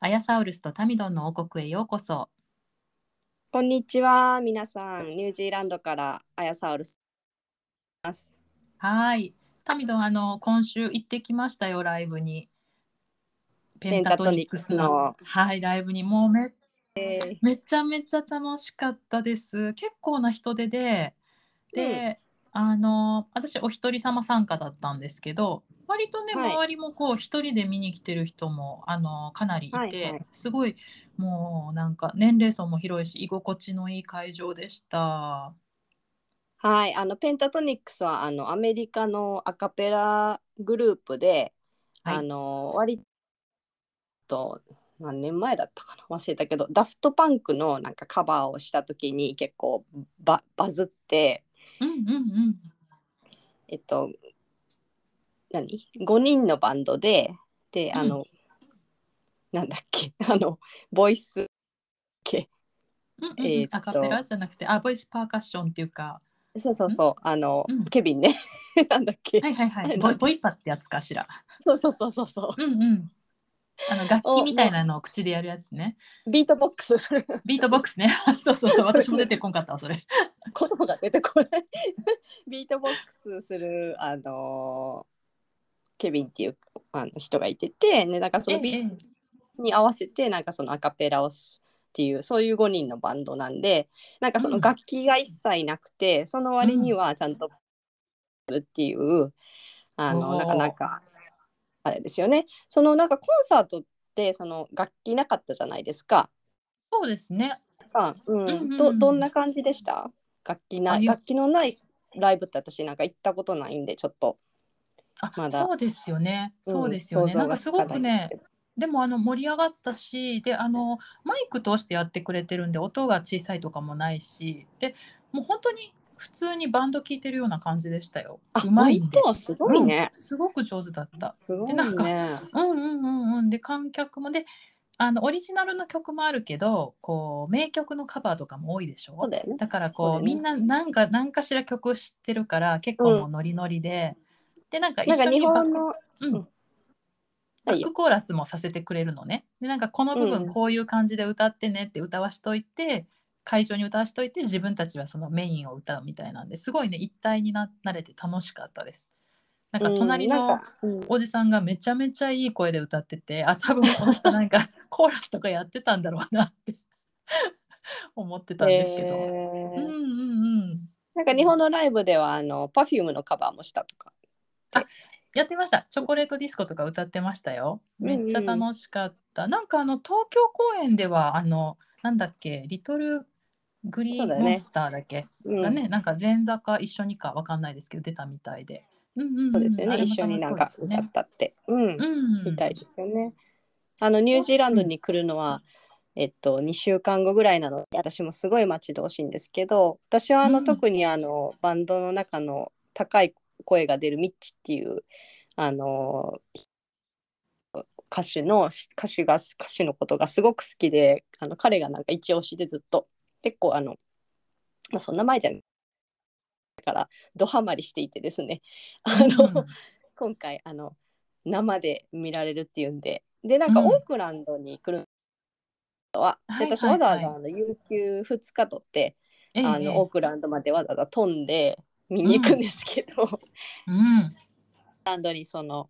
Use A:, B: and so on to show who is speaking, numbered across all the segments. A: アヤサウルスとタミドンの王国へようこそ
B: こんにちは、皆さん。ニュージーランドからアヤサウルスます。
A: はーい。タミドン、あの、今週行ってきましたよ、ライブに。ペンタトニックス
B: ペンタト
A: の
B: ニッ。
A: はい、ライブに。もうめ
B: えー
A: めちゃめちゃ楽しかったです。結構な人出で、で、あの、私、お一人様参加だったんですけど、割とね、
B: はい
A: 周りもこう、一人で見に来てる人も、あの、かなりいて、
B: はいはい
A: すごい、もう、なんか、年齢層も広いし、居心地のいい会場でした。
B: はい、あのペンタトニックスはあのアメリカのアカペラグループで、
A: はい
B: あの割と何年前だったかな忘れたけど、ダフトパンクのなんかカバーをした時に結構ババズって、
A: うんうんうん。
B: えっと何5人のバンドで、であの、なんだっけ あのボイス系
A: うんうんうん
B: えーっと
A: アカペラじゃなくてあボイスパーカッションっていうか
B: そうそうそう、あの、
A: うん
B: ケビンね。 なんだっけ、
A: はいはいは
B: あ
A: い
B: れ
A: ボイ
B: なんて
A: ボイパってやつかしら
B: そうそうそうそうそ
A: うんうんあの楽器みたいなのを口でやるやつね
B: う。ビートボックス。
A: ビートボックスね そうそうそう私も出てこんかったわ それ
B: 言葉が出てこない。ビートボックスする、あのーケビンっていうあの人がいてて、ね、なんかそのビー
A: ええ
B: トに合わせて、なんかそのアカペラをすっていう、そういう5人のバンドなんで、なんかその楽器が一切なくて、その割にはちゃんとっていう、あ
A: そう
B: の、なかなか、あれですよね。そのなんかコンサートって、その楽器なかったじゃないですか。
A: そうですね
B: あ、う
A: うんうんうん
B: ん、ど、どんな感じでした。楽器
A: あ
B: ないい、
A: や
B: 楽器のないライブって、私なんか行ったことないんで、ちょっと。
A: あ、
B: まだ
A: そうですよね
B: ん
A: そうですよね、
B: 想
A: な
B: 像
A: んか
B: が
A: す
B: つ
A: ご
B: かな
A: く
B: いで
A: ね
B: すけど
A: でもあの盛り上がったしであのマイク通してやってくれてるんで音が小さいとかもないしでもう本当に普通にバンド聴いてるような感じでしたよ
B: あ、
A: うまいんで
B: 音はすごいね
A: うん。すごく上手だった。
B: すご
A: で
B: い
A: なんか
B: ね。
A: うんうんうんうん。で観客もで、あのオリジナルの曲もあるけど、こう名曲のカバーとかも多いでし
B: そ
A: ょ
B: う。だよね。
A: だから
B: そうだ
A: こう
B: よね
A: みんななんか何かしら曲知ってるから結構もうノリノリで、でなんか一
B: なん
A: 緒
B: か
A: に
B: 日
A: バッ
B: 本
A: ク
B: の、
A: うん
B: うん
A: バ
B: はい
A: ックコーラスもさせてくれるのね。でなんかこの部
B: う
A: 分
B: ん
A: こういう感じで歌ってねって歌わしといて。会場に歌わしといて自分たちはそのメインを歌うみたいなんですごいね一体にななれて楽しかったです。なんか隣
B: うん
A: の、
B: なんか、うん
A: おじさんがめちゃめちゃいい声で歌っててあ多分この人なん かコーラスとかやってたんだろうなって思ってたんですけど、
B: え
A: う
B: ー
A: んうんうん
B: なんか日本のライブでは、あの、パフュームのカバーもしたとか。
A: やってましたチョコレートディスコとか歌ってましたよめっちゃ
B: うんうん
A: 楽しかった、なんかあの東京公演ではあのなんだっけリトルグリー
B: そう
A: ン
B: だよ
A: モ
B: ね
A: ンスターだっけ
B: うん
A: がね、なんか前座か一緒にかわかんないですけど出たみたいで、うんうんうん、
B: そうですよ
A: あ
B: ね。
A: れも
B: 一緒になんか
A: 楽しそうです
B: 歌
A: よ
B: っ
A: ね
B: たって。うん。
A: うん、
B: みたいですよね。あのニュージーランドに来るのは、えっと、2週間後ぐらいなので私もすごい待ち遠しいんですけど私はあの、
A: うん
B: 特にあのバンドの中の高い声が出るミッチっていうあの歌手の歌手が歌手のことがすごく好きであの彼がなんか一押しでずっと結構あの、まあ、そんな前じゃないからドハマりしていてですねあの、
A: うん
B: 今回あの生で見られるっていうんででなんか
A: うん
B: オークランドに来るのは、
A: はい
B: で私
A: はい
B: わざ
A: はい
B: わざあの有給2日取って、
A: ええ
B: あのオークランドまでわざわざ飛んで見に行くんですけ ど、
A: うん、
B: ランドにその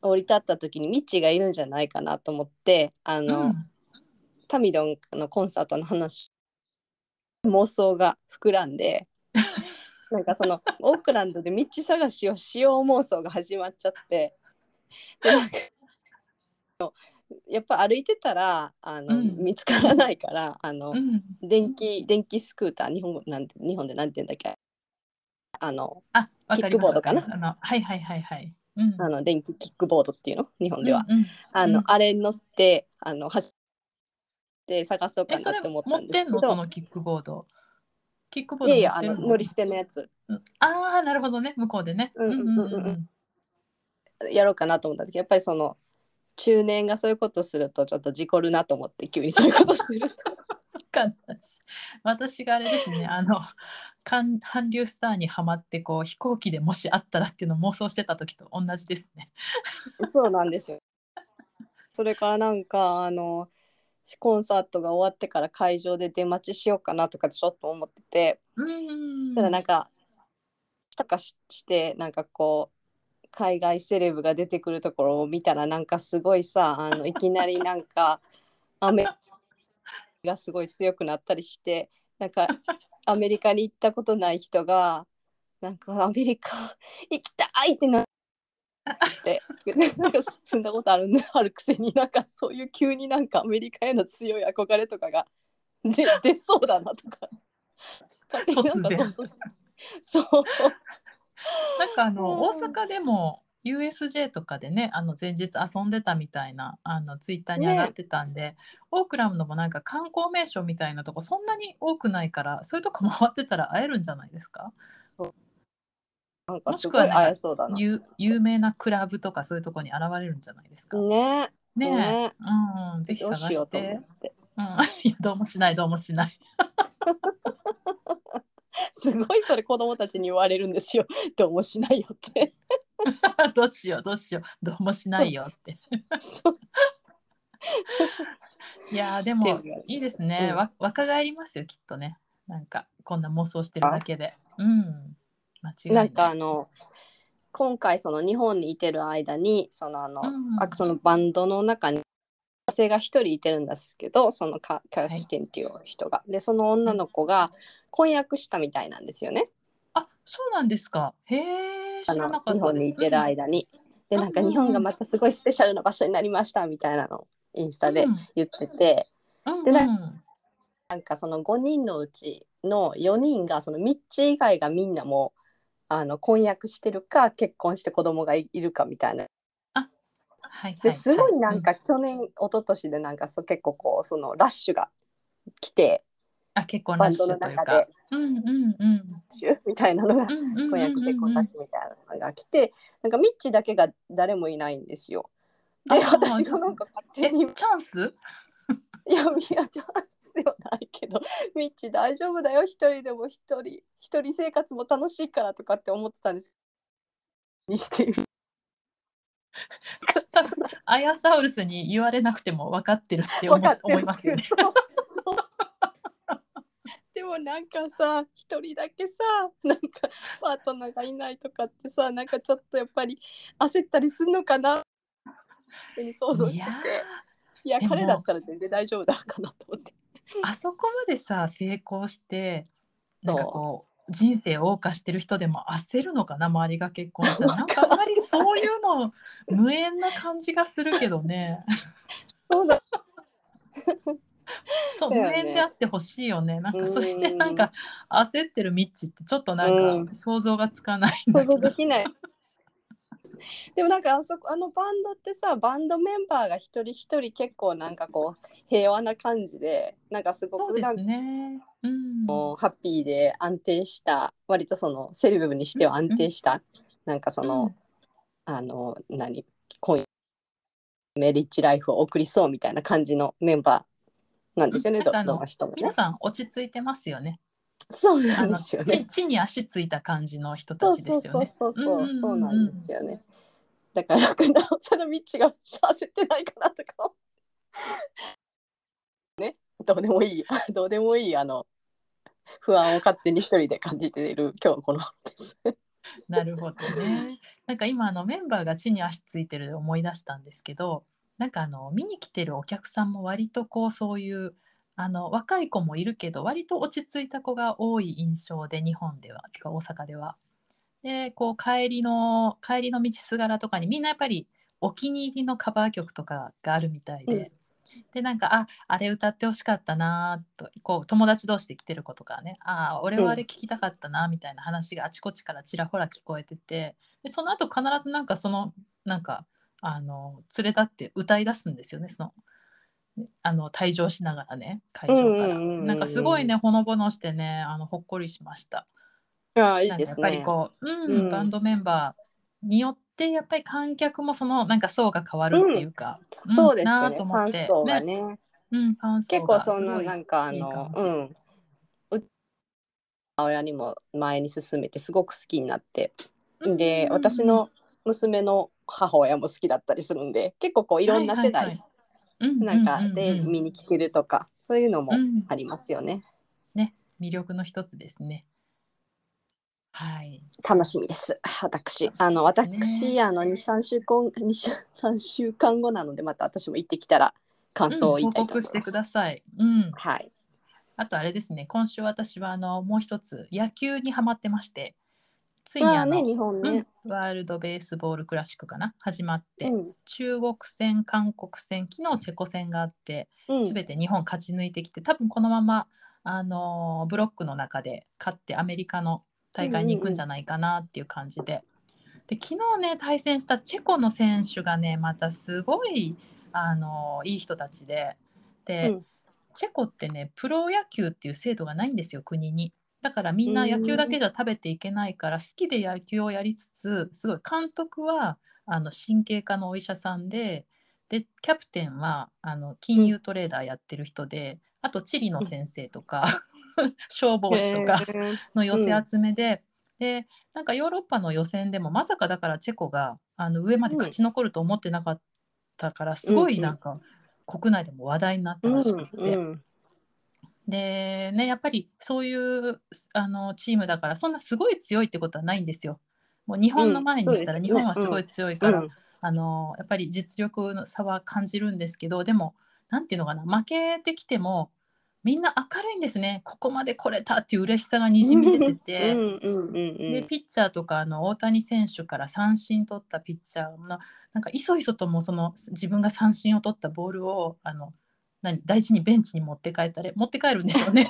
B: 降り立った時にミッチーがいるんじゃないかなと思ってあの、
A: うん
B: タミドンのコンサートの話妄想が膨ら んでなんかそのオークランドで道探しをしよう妄想が始まっちゃってでなんかやっぱ歩いてたらあの、
A: うん
B: 見つからないからあの、
A: うん
B: 電気電気スクーター日本語なんて日本でなんて言うんだっけあの
A: あ、わかります
B: キックボードかな
A: わりますあのはいはいはいはい。うん。
B: あの電気キックボードっていうの日本では、
A: うんうん
B: あの、
A: うん
B: あれに乗ってあの走て探そうか
A: え、そ
B: な
A: れ
B: って思
A: 持
B: ったん
A: っ
B: です
A: て
B: け
A: んのそ
B: ど
A: のキックボード。キックボー
B: い
A: ド
B: や
A: 持
B: いや
A: っ
B: あ
A: て
B: の
A: るの
B: 乗り捨てのやつ
A: うんああ、なるほどね。向こうでね。
B: うんうんうんうん
A: ん。
B: やろうかなと思ったんだけどやっぱりその中年がそういうことするとちょっと事故るなと思って急にそういうことすると
A: わかんないし私があれですね、あの、韓韓流スターにハマって、こう、飛行機でもしあったらっていうのを妄想してた時と同じですね。
B: そうなんですよそれからなんかあのコンサートが終わってから会場で出待ちしようかなとかちょっと思ってて
A: うん。
B: そしたらなんかとかししてなんかこう海外セレブが出てくるところを見たらなんかすごいさあのいきなりなんか雨がすごい強くなったりしてなんかアメリカに行ったことない人がなんかアメリカ 行きたいってなって別になんか住んだことある,、ね、あるくせになんかそういう急になんかアメリカへの強い憧れとかが で出そうだなとか。
A: 突然
B: なんか想像しそう
A: なんかあの、
B: うん
A: 大阪でも USJ とかでねあの前日遊んでたみたいなあのツイッターに上がってたんで、オークランドもなんか観光名所みたいなとこそんなに多くないからそういうとこ回ってたら会えるんじゃないですか
B: なん
A: も
B: か
A: し
B: す
A: く
B: ごい
A: はなんか
B: あえそうだな。ね
A: 有有名なクラブとかそういうとこに現れるんじゃないですかね
B: ね
A: え、
B: ね
A: うん、ぜひ
B: ど
A: 探
B: うし
A: し
B: ようと思
A: て
B: って。
A: うん、 いやどうもしないどうもしない
B: すごいそれ子供たちに言われるんですよ。 どうもしないよって。
A: どうしようどうしようどうもしないよって
B: そう
A: いやーでも
B: っていうのがあるんですよ
A: いいですね、
B: うん
A: わ若返りますよきっとねなんかこんな妄想してるだけでうん間違い
B: なんかあの今回その日本にいてる間にそのあの、
A: うん
B: あそのバンドの中に女性が一人いてるんですけどそのカカースティンっていう人が。でその女の子が婚約したみたいなんですよね。
A: あそうなんですかへえ知
B: あ
A: らな
B: の
A: かっ
B: 日
A: た
B: 本
A: です
B: にいてる間に。でなんか日本がまたすごいスペシャルな場所になりましたみたいなのをインスタで
A: うん
B: 言ってて。
A: うんうん
B: でな
A: うん
B: なんかその5人のうちの4人がそのミッチ以外がみんなもうあの婚約してるか結婚して子供がいいるかみたいな
A: はいは
B: ですごいなんか去年、一昨年でなんかそう結構こうそのラッシュが来て
A: あ結婚
B: バ
A: ラッ
B: ン
A: シ
B: ド
A: ュ
B: の
A: という
B: 中
A: か
B: で
A: うんうんうん
B: シュみたいなのが
A: うんうんうんうん
B: 婚約結婚ラッシュみたいなのが来てなんかミッチだけが誰もいないんですよ。で
A: あー
B: 私がなんか勝
A: え
B: 手に
A: チャンス
B: いや、ミヤちゃんではないけど、ミッチ大丈夫だよ、一人でも一人、一人生活も楽しいからとかって思ってたんです。にしてる。
A: 多分アヤサウルスに言われなくても分かってるって思
B: 分かってる
A: 思いますよね。
B: そうそう でもなんかさ、一人だけさ、なんかパートナーがいないとかってさ、なんかちょっとやっぱり焦ったりするのかなって想像し
A: い
B: てて
A: やー。
B: いや
A: でも
B: 彼だったら全然大丈夫だろうかなと思って。
A: あそこまでさ成功して
B: そ
A: な
B: うん
A: かこう人生を謳歌してる人でも焦るのかな周りが結婚した らなんかあんまりそういうの無縁な感じがするけど ね
B: そうだ
A: そう、
B: だよ
A: 無
B: ね
A: 縁であってほしいよねなんかそれで
B: うん
A: なんか焦ってるミッチってちょっとなん
B: う
A: か想像がつかないんだ
B: 想
A: けど
B: 像できない。 でもなんかあそこあのバンドってさバンドメンバーが一人一人結構なんかこう平和な感じでなんかすご
A: そう
B: く
A: で
B: な
A: す
B: んか
A: ねうん
B: もうハッピーで安定した割とそのセレブにしては安定した、なんかその、あの何恋メリッチライフを送りそうみたいな感じのメンバーなんですよね、
A: うん
B: ど
A: なんかあの
B: どの人もね
A: 皆。さん落ち着いてますよね。
B: そうな
A: あ
B: んで
A: の
B: すよ
A: 地
B: ね。
A: 地に足ついた感じの人た
B: そう
A: ちで
B: そう
A: すよ
B: そう
A: ね。
B: そうそう,、
A: うんうんうんうん
B: そうなんですよね。だからなんかなおさらミッチが焦ってないかなとか思う。ねどうでもい いどうでもいいあの不安を勝手に一人で感じている今日この頃です。
A: なるほどね。なんか今あのメンバーが地に足ついてるで思い出したんですけどなんかあの見に来てるお客さんも割とこうそういうあの若い子もいるけど割と落ち着いた子が多い印象で日本ではてか大阪では。でこう帰りの帰りの道すがらとかにみんなやっぱりお気に入りのカバー曲とかがあるみたいで。
B: うん
A: でなんかああれ歌ってほしかったなとこう友達同士で来てる子とかねあ俺はあれ聞きたかったなみたいな話があちこちからちらほら聞こえててでその後必ずなんかそのなんかあの連れ立って歌い出すんですよねそのあの退場しながらね会場から、
B: うんうんうんうん
A: なんかすごいねほのぼのしてねあのほっこりしました
B: ああい
A: ないんか
B: で
A: やっ
B: す
A: ぱり
B: ね。
A: こう、うん
B: うん
A: バンドメンバーによってやっぱり観客もそのなんか層が変わるっていうか、うん
B: そうです
A: な
B: よ
A: あ
B: ね。
A: と
B: フ
A: 思
B: ァ
A: っ
B: ン
A: て
B: 層がね。
A: うん、ファン層
B: 結
A: が
B: 構
A: すご
B: そ
A: い
B: んななんかあ
A: いい感
B: の
A: じ
B: うん。う母親にも前に進めてすごく好きになってで
A: うん
B: 私の娘の母親も好きだったりするんで結構こういろんな世
A: はいはい
B: 代
A: はいうん
B: なんか
A: うん
B: で
A: うんうん
B: 見に来てるとかそういうのも
A: うん
B: ありますよね。
A: ね魅力の一つですねはい
B: 楽しみです。私、
A: 楽しみですね
B: あの私あの二三週間二週三週間後なのでまた私も行ってきたら感想を言いたいと思います。
A: うん報告してください、うん、
B: はい。
A: あとあれですね今週私はあのもう一つ野球にハマってましてついに
B: ま
A: あ
B: あ
A: の
B: ね日本ね。
A: うん、ワールド・ベースボール・クラシックかな始まって、
B: うん
A: 中国戦韓国戦昨日チェコ戦があって
B: うん
A: 全て日本勝ち抜いてきて多分このまま、あのーブロックの中で勝ってアメリカの大会に行くんじゃないかなっていう感じで,、で昨日ね対戦したチェコの選手がねまたすごい、あのーいい人たちでで、
B: うん
A: チェコってねプロ野球っていう制度がないんですよ国に。だからみんな野球だけじゃ食べていけないから好きで野球をやりつつすごい監督はあの神経科のお医者さんででキャプテンはあの金融トレーダーやってる人で、あと地理の先生とか、 消防士とか
B: へ ー
A: の寄せ集めで、でなんかヨーロッパの予選でもまさかだからチェコがあの上まで勝ち残ると思ってなかったから、すごいなんか、国内でも話題になった
B: うん
A: らしくって、
B: うん
A: でねやっぱりそういうあのチームだからそんなすごい強いってことはないんですよ。もう日本の前にしたら、
B: うんそうですね
A: 日本はすごい強いから、
B: うん
A: あのやっぱり実力の差は感じるんですけどでもなんていうのかな負けてきてもみんな明るいんですねここまで来れたっていう嬉しさがにじみ出てて。
B: うんうんうんう
A: で
B: ん
A: ピッチャーとかあの大谷選手から三振取ったピッチャーのなんかいそいそともその自分が三振を取ったボールをあの何大事にベンチに持って帰ったり持って帰るんでしょ うね。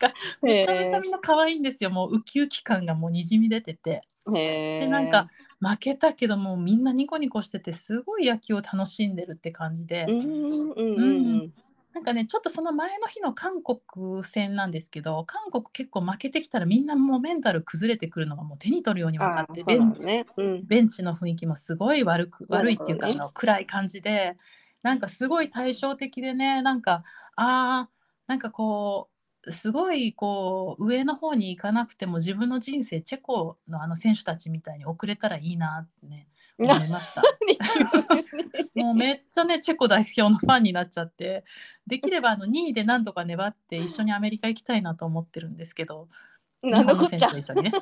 A: なんかめちゃめちゃみんな可愛いんですよ、もうウキウキ感がもうにじみ出てて
B: で
A: でなんか負けたけどもうみんなニコニコしててすごい野球を楽しんでるって感じで、
B: うんうんうん
A: う
B: うん
A: んなんかねちょっとその前の日の韓国戦なんですけど韓国結構負けてきたらみんなもうメンタル崩れてくるのがもう手に取るように分か
B: あ
A: って
B: ーそ
A: ベ
B: うな
A: ン
B: のね うん
A: ベンチの雰囲気もすごい悪く
B: な
A: 悪い
B: る
A: っ
B: ほどね
A: ていうか、あの暗い感じでなんかすごい対照的でねなんかあーなんかこうすごいこう上の方に行かなくても自分の人生チェコのあの選手たちみたいに遅れたらいいなってね思いました。もうめっちゃねチェコ代表のファンになっちゃってできればあの2位で何とか粘って一緒にアメリカ行きたいなと思ってるんですけど
B: なんだこっち
A: 日本の選手
B: ゃ
A: と一緒 にね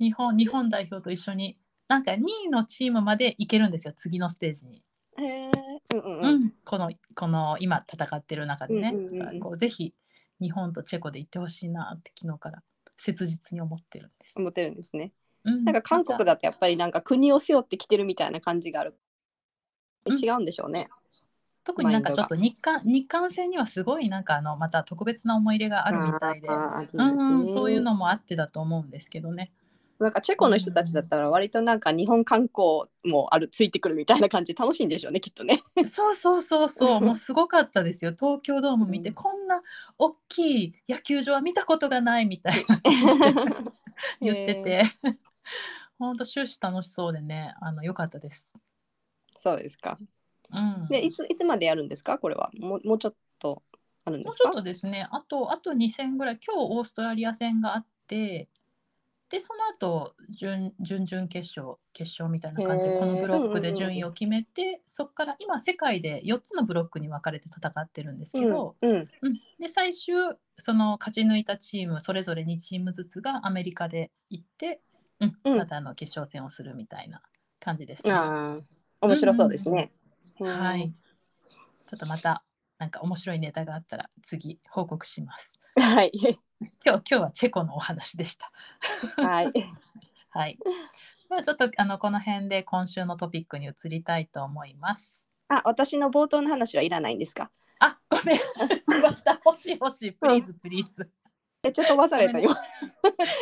A: 日本日本代表と一緒になんか2位のチームまで行けるんですよ次のステージに、
B: へーうん
A: う
B: うん
A: ん、このこの今戦ってる中でね、
B: うんうんうん
A: だからこうぜひ日本とチェコで行ってほしいなって昨日から切実に思ってるんです。
B: 思ってるんですね
A: うん
B: なんか韓国だとやっぱりなんか国を背負ってきてるみたいな感じがある
A: うん
B: 違うんでしょうね
A: 特になんかちょっと日韓日韓戦にはすごいなんかあのまた特別な思い入れがあるみたいで、
B: あーあるんです
A: う
B: ね
A: んうん、そういうのもあってだと思うんですけどね。
B: なんかチェコの人たちだったら割となんか日本観光もあるついてくるみたいな感じで楽しいんでしょうねきっとね
A: そうそうそうそう、もうすごかったですよ。東京ドーム見て、
B: うん
A: こんな大きい野球場は見たことがないみたいな感じで 言ってて、本当終始楽しそうでね、あの良かったです。
B: そうですか
A: うん。
B: でいついつまでやるんですかこれはもうもうちょっとあるんで
A: もう
B: す
A: ちょ
B: か
A: っとですね、あとあと2戦ぐらい、今日オーストラリア戦があって、で、その後準準々決勝、決勝みたいな感じ
B: へ
A: で、
B: ー
A: このブロック
B: うんうんう
A: で
B: ん
A: 順位を決めて、そこから今、世界で4つのブロックに分かれて戦ってるんですけど、
B: うんうん
A: うんで、最終、その勝ち抜いたチーム、それぞれ2チームずつがアメリカで行って、うん
B: うん
A: またあの決勝戦をするみたいな感じですね。
B: ああ面白そうですね。
A: は
B: うん
A: い。。ちょっとまた、なんか面白いネタがあったら、次、報告します。
B: はい。
A: 今日今日はチェコのお話でした。
B: はい。
A: はい。ではちょっとあのこの辺で今週のトピックに移りたいと思います。
B: あ、私の冒頭の話はいらないんですか。
A: あ、ご めん。飛ばした。欲しい欲しい。プリーズプリーズ。
B: え、ちょっと飛ばされたよ。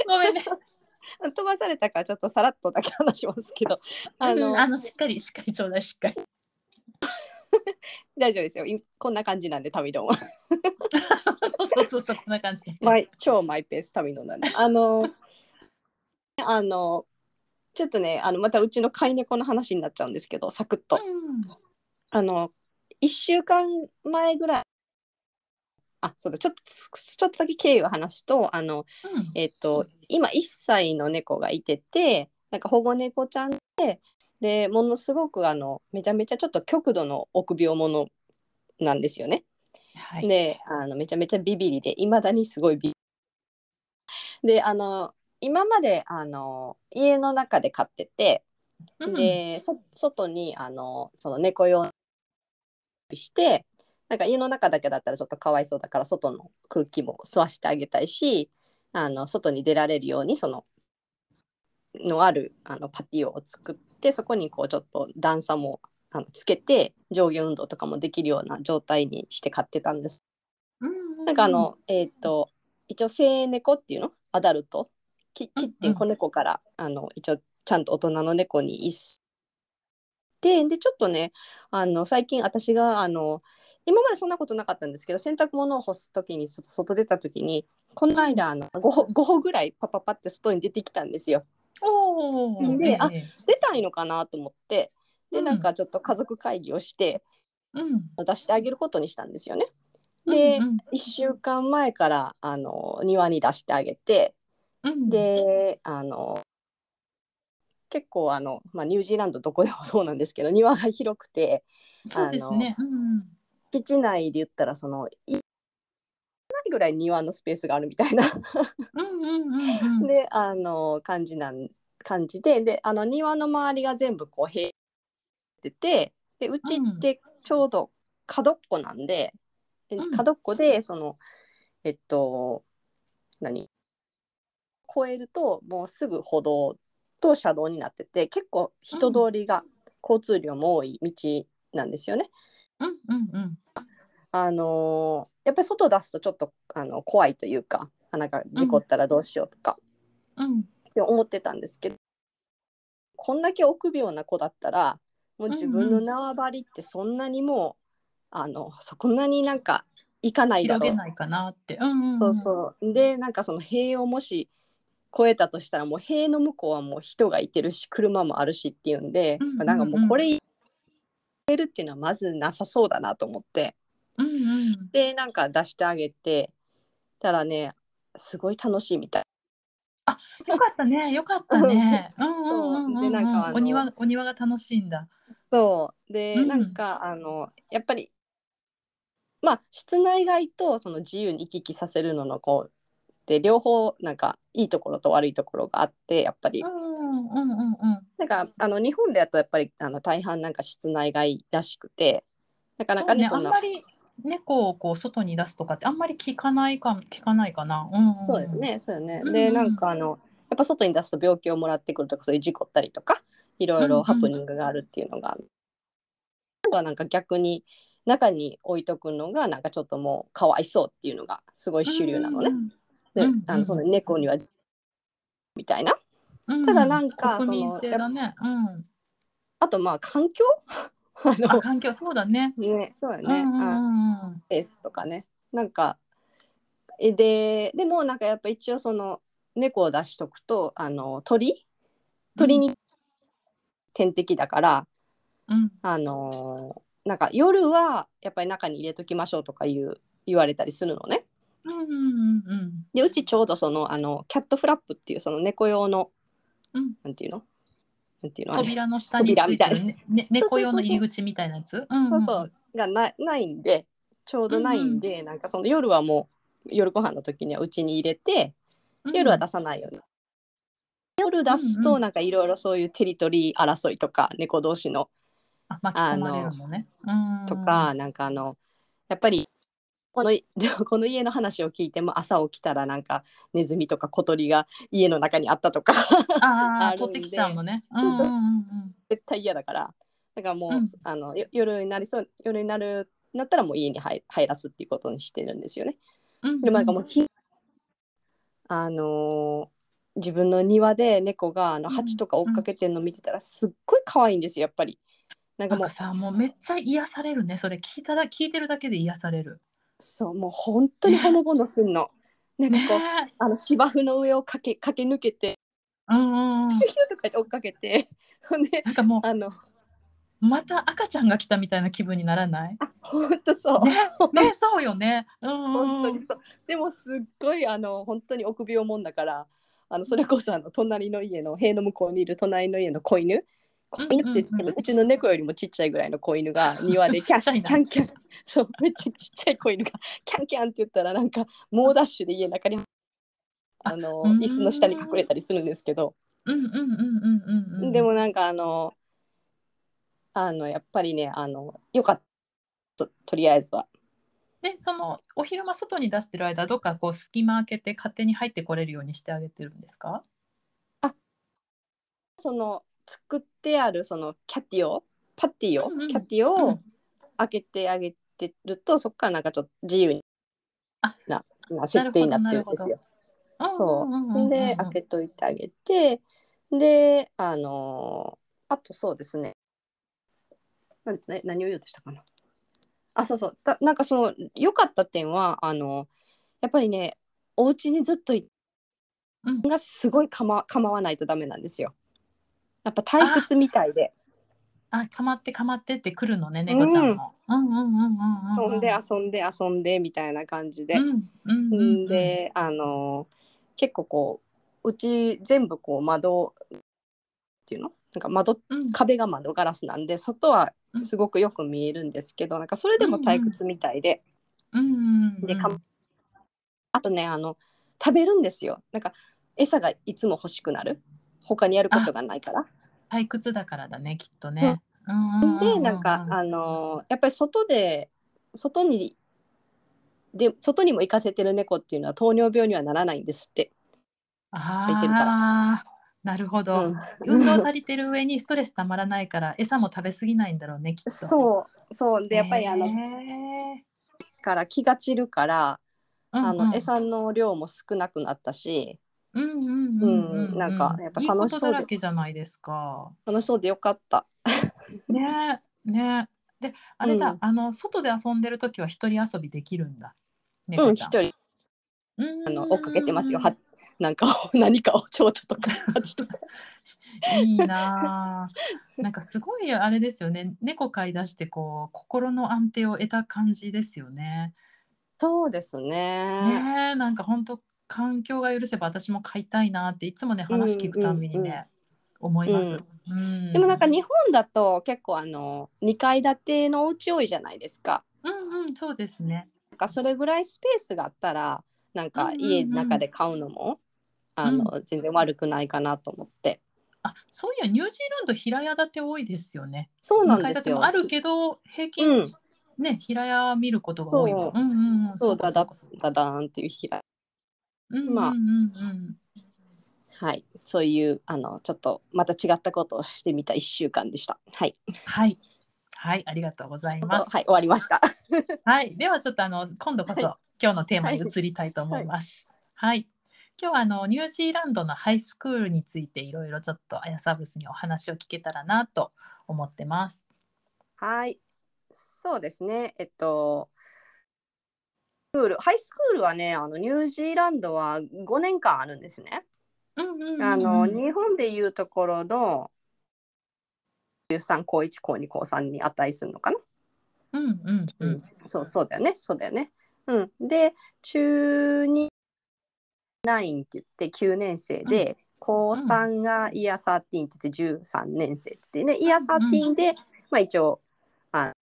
A: ごめんね。
B: 飛ばされたから、ちょっとさらっとだけ話しますけど。あ
A: あの
B: の、
A: あのしっかりしっかりちょうだいしっかり。
B: 大丈夫ですよいこんな感じなんで旅 のは
A: そうそうそうそうこんな感じで。
B: マイ超マイペース旅のなんであのあのちょっとねあのまたうちの飼い猫の話になっちゃうんですけどサクッと
A: うん
B: あの1週間前ぐらいあそうだちょっとちょっとだけ経緯を話すとあの
A: うん
B: えっと、今1歳の猫がいててなんか保護猫ちゃんででものすごくあのめちゃめちゃちょっと極度の臆病者なんですよね。
A: はい。
B: であのめちゃめちゃビビリでいまだにすごいビビリであの今まであの家の中で飼ってて、
A: うん、
B: でそ外にあのその猫用してなんか家の中だけだったらちょっとかわいそうだから外の空気も吸わしてあげたいしあの外に出られるようにそののあるあのパティオを作ってそこにこうちょっと段差もあのつけて上下運動とかもできるような状態にして飼ってたんです
A: うう
B: なんかあの、えっ、と一応成猫っていうのアダルトキキっていう子猫から、あの一応ちゃんと大人の猫に一すででちょっとねあの最近私があの今までそんなことなかったんですけど洗濯物を干す時に外外出た時にこの間あの 5, 歩5歩ぐらいパパパって外に出てきたんですよ。
A: おー
B: であ
A: ええ
B: 出たいのかなと思ってで
A: うん
B: なんかちょっと家族会議をして
A: うん、
B: 出してあげることにしたんですよね。で、
A: うん
B: 1週間前からあの庭に出してあげて
A: うん、
B: であの結構あの、まあ、ニュージーランドどこでもそうなんですけど庭が広くて
A: そうですね。うん
B: 基地内で言ったらそのいないぐらい庭のスペースがあるみたいな
A: うんうんうんうん。
B: であの感じなん感じでであの庭の周りが全部こう平っててでうちってちょうど角っこなんで,、
A: うん
B: で角っこでそのえっと何越えるともうすぐ歩道と車道になってて結構人通りが、交通量も多い道なんですよね。
A: うんうんうん。
B: あのーやっぱり外出すとちょっとあの怖いというかあなんか事故ったらどうしようとか、
A: うん
B: って思ってたんですけどこんだけ臆病な子だったらもう自分の縄張りってそんなにもう、あのそこんなになんかいかないだ
A: 広げ
B: ろう。
A: ないかなって。うんうんん。
B: そうそうでなんかその塀をもし越えたとしたらもう塀の向こうはもう人がいてるし車もあるしっていうんで、
A: うんうんうん
B: なんかもうこれ越えるっていうのはまずなさそうだなと思って
A: うんうん。
B: でなんか出してあげてたらねすごい楽しいみたい
A: よかったね。よかったね。うんうんうん
B: そう
A: うん
B: でなんかあ
A: うん。
B: の
A: お庭お庭が楽しいんだ。
B: そうで、
A: うん
B: なんかあのやっぱりまあ室内外とその自由に行き来させるののこうで両方なんかいいところと悪いところがあってやっぱり
A: うんうんうんうん。
B: なんかあの日本でやとやっぱりあの大半なんか室内外らしくてなかな
A: そ
B: か
A: う
B: ね
A: ね。
B: そ
A: あん
B: んな
A: まり猫をこう外に出すとかってあんまり聞かないか聞かないかな。うんうん。
B: そうよ。ねそうよね、
A: うん
B: で
A: うん
B: なんかあのやっぱ外に出すと病気をもらってくるとかそういう事故ったりとかいろい
A: うんう
B: ろ
A: ん
B: ハプニングがあるっていうのが、なんか逆に中に置いとくのがなんかちょっともうかわいそうっていうのがすごい主流なのね。で、
A: うん
B: あのその猫にはみたいな
A: うんうん。
B: ただなんか
A: 国民性
B: その
A: だね。うん。
B: あとまあ環境 あ
A: あ
B: の
A: 環境そうだね。
B: ねそうだ
A: うんう
B: ね、
A: んう
B: あ
A: んうん。
B: ペースとかねなんかえででもなんかやっぱ一応その猫を出しとくとあの鳥鳥に天敵だから、
A: うん。
B: あのーなんか夜はやっぱり中に入れときましょうとかいう言われたりするのね。
A: うんうんうんうん。
B: でうちちょうどそのあのキャットフラップっていうその猫用の、
A: うん
B: なんていうのなんていうのあれ
A: 扉の下について
B: 扉みた
A: る
B: い
A: ねね猫用の
B: そうそうそうそう
A: 入り口みたいなやつ。うん
B: そうそうがなないんでちょうどないんで、なんかその夜はもう夜ご飯の時にはうちに入れて、
A: うん
B: 夜は出さないように。夜出
A: う
B: す
A: んう
B: と
A: ん
B: なんかいろいろそういうテリトリー争いとか猫同士の
A: あ巻き込まれるのね。うん
B: とか、なんかあのやっぱりこのい この家の話を聞いても朝起きたらなんかネズミとか小鳥が家の中にあったとか
A: あ
B: ある
A: あ
B: んで
A: 取ってきちゃうのね。
B: そうそう
A: うんうんうん
B: 絶対嫌だからだからも
A: う
B: う、
A: ん
B: あのよ夜になりそう夜になるなったらもう家に入入らすっていうことにしてるんですよね。
A: うん。
B: でもなんかもうひあのー自分の庭で猫があの
A: うん
B: 蜂とか追っかけてるの見てたらすっごい可愛いんですよやっぱり。なん
A: な
B: か
A: ん
B: も
A: か
B: う
A: さもうめっちゃ癒されるねそれ聞いただ聞いてるだけで癒される。
B: そうもう本当にほのぼのすんの。なん
A: ね
B: かこう、あの芝生の上を駆け駆け抜けて
A: え、うんうんうん
B: ヒュ、ヒュとかって追っかけて ほんで
A: なんかも
B: あの
A: うまた赤ちゃんが来たみたいな気分にならない
B: 本当そう、
A: ねねそうよね。うんうん
B: 本
A: う
B: 当
A: ん
B: にそうでもすっごいあの本当に臆病もんだからあのそれこそあの隣の家の塀の向こうにいる隣の家の子犬子犬って言って
A: うんうんう
B: も
A: ん
B: うちの猫よりもちっちゃいぐらいの子犬が庭でキ
A: ち
B: ャ
A: っちゃい
B: ン
A: な
B: キャンキャンそうめっちゃちっちゃい子犬がキャンキャンって言ったらなんか猛ダッシュで家の中にあ
A: う
B: の
A: ん
B: 椅子の下に隠れたりするんですけど
A: うんうんうんうんうんうん。
B: でもなんかあのあのやっぱりねあのよかったととりあえずは
A: でそのお昼間外に出してる間どっかこう隙間開けて勝手に入ってこれるようにしてあげてるんですか
B: その作ってあるそのキャティをパティを、
A: うんうん
B: キャティ
A: う
B: を
A: ん
B: 開けてあげてると、そこからなんかちょっと自由に
A: あ
B: なな設定になってるんですよ。そ
A: んんんん
B: うで開けといてあげてであのあとそうですねなんな何を言おうとしたかなあそうそうだなんかその良かった点はあのやっぱりねお家にずっとい
A: うん
B: がすごいかま構わないとダメなんですよ。やっぱ退屈みたいで
A: あかまってかまってってくるのね猫ちゃんも。うんうんうんうんうん。
B: 遊んで遊んで遊んでみたいな感じで、
A: うんうんうんうん
B: ん、であの結構こううち全部こう窓っていうのなんか窓
A: うん
B: 壁が窓ガラスなんで外は
A: うん
B: すごくよく見えるんですけどなんかそれでも退屈みたいで、
A: うんうんうん
B: でかあとねあの食べるんですよなんか餌がいつも欲しくなる他にやることがないから。
A: 退屈だからだねきっとね。うんううう
B: でなんかあのやっぱり外で外にで外にも行かせてる猫っていうのは糖尿病にはならないんですって。入ってるから
A: あーなるほど、
B: うん
A: 運動足りてる上にストレスたまらないから餌も食べ過ぎないんだろうねきっと。
B: そうそうでやっぱりあの、
A: へー
B: から気が散るから、
A: うんうん
B: あの餌の量も少なくなったし
A: うんうんうんう
B: うんなんかやっぱ楽
A: い
B: しそうで
A: いことだらけじゃないですか。
B: 楽しそうでよかった。
A: ねねであれだ、
B: うん
A: あの外で遊んでる時は一人遊びできるんだ。
B: う
A: 猫
B: ん
A: ち
B: 一
A: ゃん
B: 人
A: うん
B: あの追っかけてますよ。は
A: う
B: なんか 何かをちょっととか 蜂とか
A: んいいなあ。 なんかすごいあれですよね。猫飼い出してこう心の安定を得た感じですよね。
B: そうですね。
A: ねえなんか本当環境が許せば私も飼いたいなっていつもね話聞くたんびに
B: うんうん
A: ね、思います、うん
B: でもなんか日本だと結構あの2階建てのお家多いじゃないですか。
A: うんうんそうですね。
B: なんかそれぐらいスペースがあったらなんか家の中で飼うのも、あの全然悪くないかなと思って。
A: あそういやニュージーランド平屋建て多いですよね。
B: そうなん
A: 二階
B: で
A: 建
B: す
A: て
B: よ
A: も。あるけど平均、
B: うん
A: ね平屋見ることが多いわ。
B: そうん
A: うんうん
B: そうだだ
A: かそうか
B: だだーんっていう日が
A: うんうんうん
B: まあ
A: うん。
B: はいそういうあのちょっとまた違ったことをしてみた1週間でした。はい、
A: はいはいありがとうござい
B: は
A: ま
B: い、
A: す。
B: 終わりました。
A: はい、ではちょっとあの今度こそ、
B: は
A: 今日のテーマに移りたいと思います。はい、今日はあのニュージーランドのハイスクールについていろいろちょっとアヤサブスにお話を聞けたらなと思ってます。
B: はい、そうですね。えっと、スクール、ハイスクールはね、あのニュージーランドは5年間あるんですね。
A: うんうんうんうん
B: あの日本でいうところの13高1高2高3に値するのかな。
A: うんうんうん
B: そうそうだよね、そうだよね。うん、で、中2、9って言って9年生で、高3がイヤー13って言って13年生って言ってね、イヤー13で、まあ一応、あっ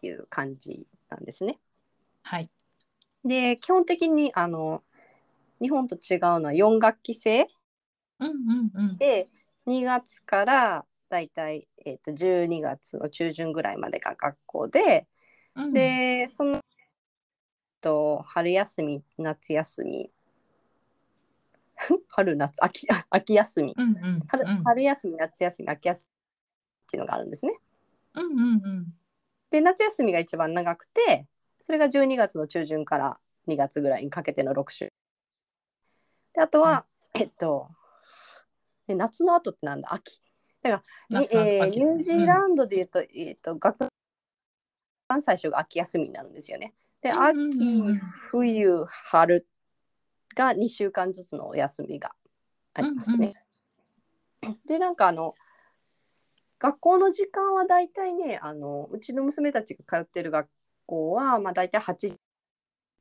B: ていう感じなんですね。
A: はい。
B: で、基本的に、あの、日本と違うのは4学期制
A: うんうんうん。
B: で、2月からだいたい、えっと12月の中旬ぐらいまでが学校で、
A: うん、
B: でそのと春休み夏休み 春夏秋あ秋休み
A: うんうん
B: 春,、
A: うん
B: 春休み夏休み秋休みっていうのがあるんですね。
A: うんうんうん
B: で夏休みが一番長くてそれが12月の中旬から2月ぐらいにかけての6週。であとは、えっとえ夏の後ってなんだ秋
A: な
B: に
A: んか
B: えー
A: 秋
B: ニュージーランドでいうと、えっ、と、学番最初が秋休みになるんですよね。で、
A: うん
B: 秋、
A: うんうん
B: 冬、春が2週間ずつのお休みがありますね。で、なんかあの、学校の時間はだいたいね、あの、うちの娘たちが通ってる学校は、まあだいたい8時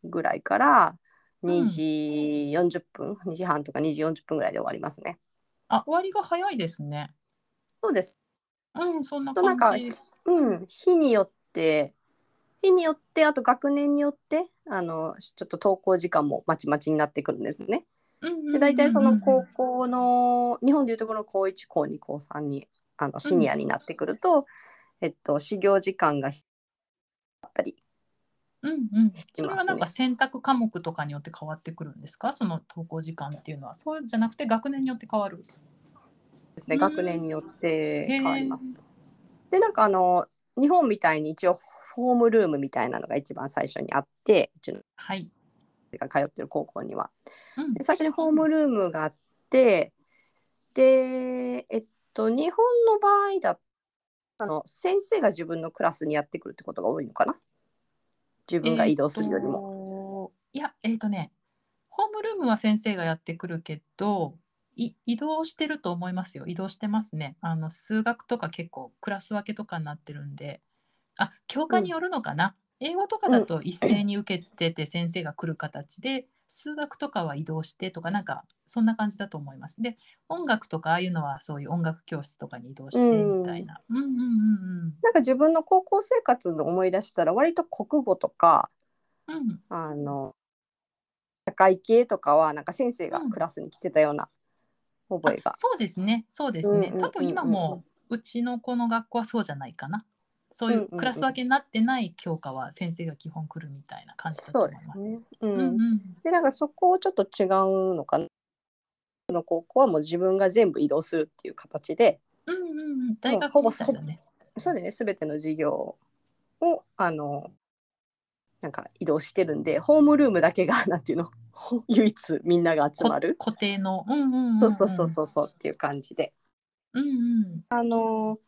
B: ぐらいから2時40分、2時半とか2時40分ぐらいで終わりますね。
A: あ終わりが早いですね。
B: そうです。
A: うんそんな
B: となんか
A: 感じ。、
B: うん、日によって日によってあと学年によってあのちょっと登校時間もまちまちになってくるんですね。
A: うん
B: で大体その高校の日本でいうところの高1高2高3にあのシニアになってくると、えっと始業時間が
A: うんうん、
B: 知って
A: それ
B: ますね
A: はなんか選択科目とかによって変わってくるんですかその登校時間っていうのはそうじゃなくて学年によって変わる
B: ですね
A: うん
B: 学年によって変わります
A: へ。
B: でなんかあの日本みたいに一応ホームルームみたいなのが一番最初にあってうちの
A: はい、
B: が通ってる高校には。
A: うん
B: で最初にホームルームがあってでえっと日本の場合だとあの先生が自分のクラスにやってくるってことが多いのかな自分が移動するよりも、
A: も、いやえっ、とねホームルームは先生がやってくるけどい移動してると思いますよ移動してますねあの数学とか結構クラス分けとかになってるんであ教科によるのかな、英語とかだと一斉に受けてて先生が来る形で、数学とかは移動してとかなんかそんな感じだと思いますで音楽とかああいうのはそういう音楽教室とかに移動してみたいな、うん、うんうん
B: なんか自分の高校生活の思い出したら割と国語とか
A: うんうん
B: あの社会系とかはなんか先生がクラスに来てたような覚えが
A: あ、そうですねそうですね、
B: うんうんうんうん
A: 多分今もうちの子の学校はそうじゃないかなそうい
B: んうんう
A: うんうクラス分けになってない教科は先生が基本来るみたいな感じだと
B: そ
A: 思
B: う
A: い
B: で
A: ますす。
B: ね、う
A: うんんうん
B: でなんかそこをちょっと違うのかなこの高校はもう自分が全部移動するっていう形で
A: うんうんうん大
B: ほ
A: 学
B: ぼ
A: みたいだね。
B: そうだね、すべての授業を、あの、なんか移動してるんで、ホームルームだけが、 なんていうの、ほ唯一みんなが集
A: こ
B: まる。
A: 固定の、うんうんうんうん、
B: そうそうそうそうそうっていう感じで。
A: うんうん
B: あの、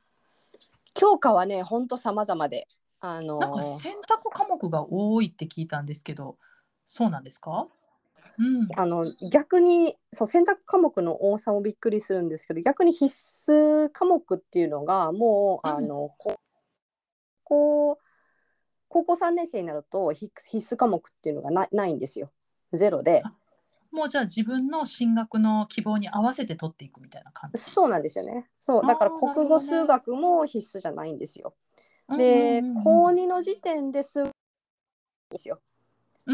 B: 教科はね、ほんと様々で、あの、
A: なんか選択科目が多いって聞いたんですけどそうなんですか、うん、
B: あの逆にそう選択科目の多さもびっくりするんですけど逆に必須科目っていうのがもう
A: うん
B: あの、ここう高校3年生になると必必須科目っていうのがないないんですよゼロで
A: あもうじゃあ自分の進学の希望に合わせて取っていくみたいな感じ。
B: そうなんですよねそうだから
A: あーなるほどね
B: 国語数学も必須じゃないんですよで高2の時点ですですよ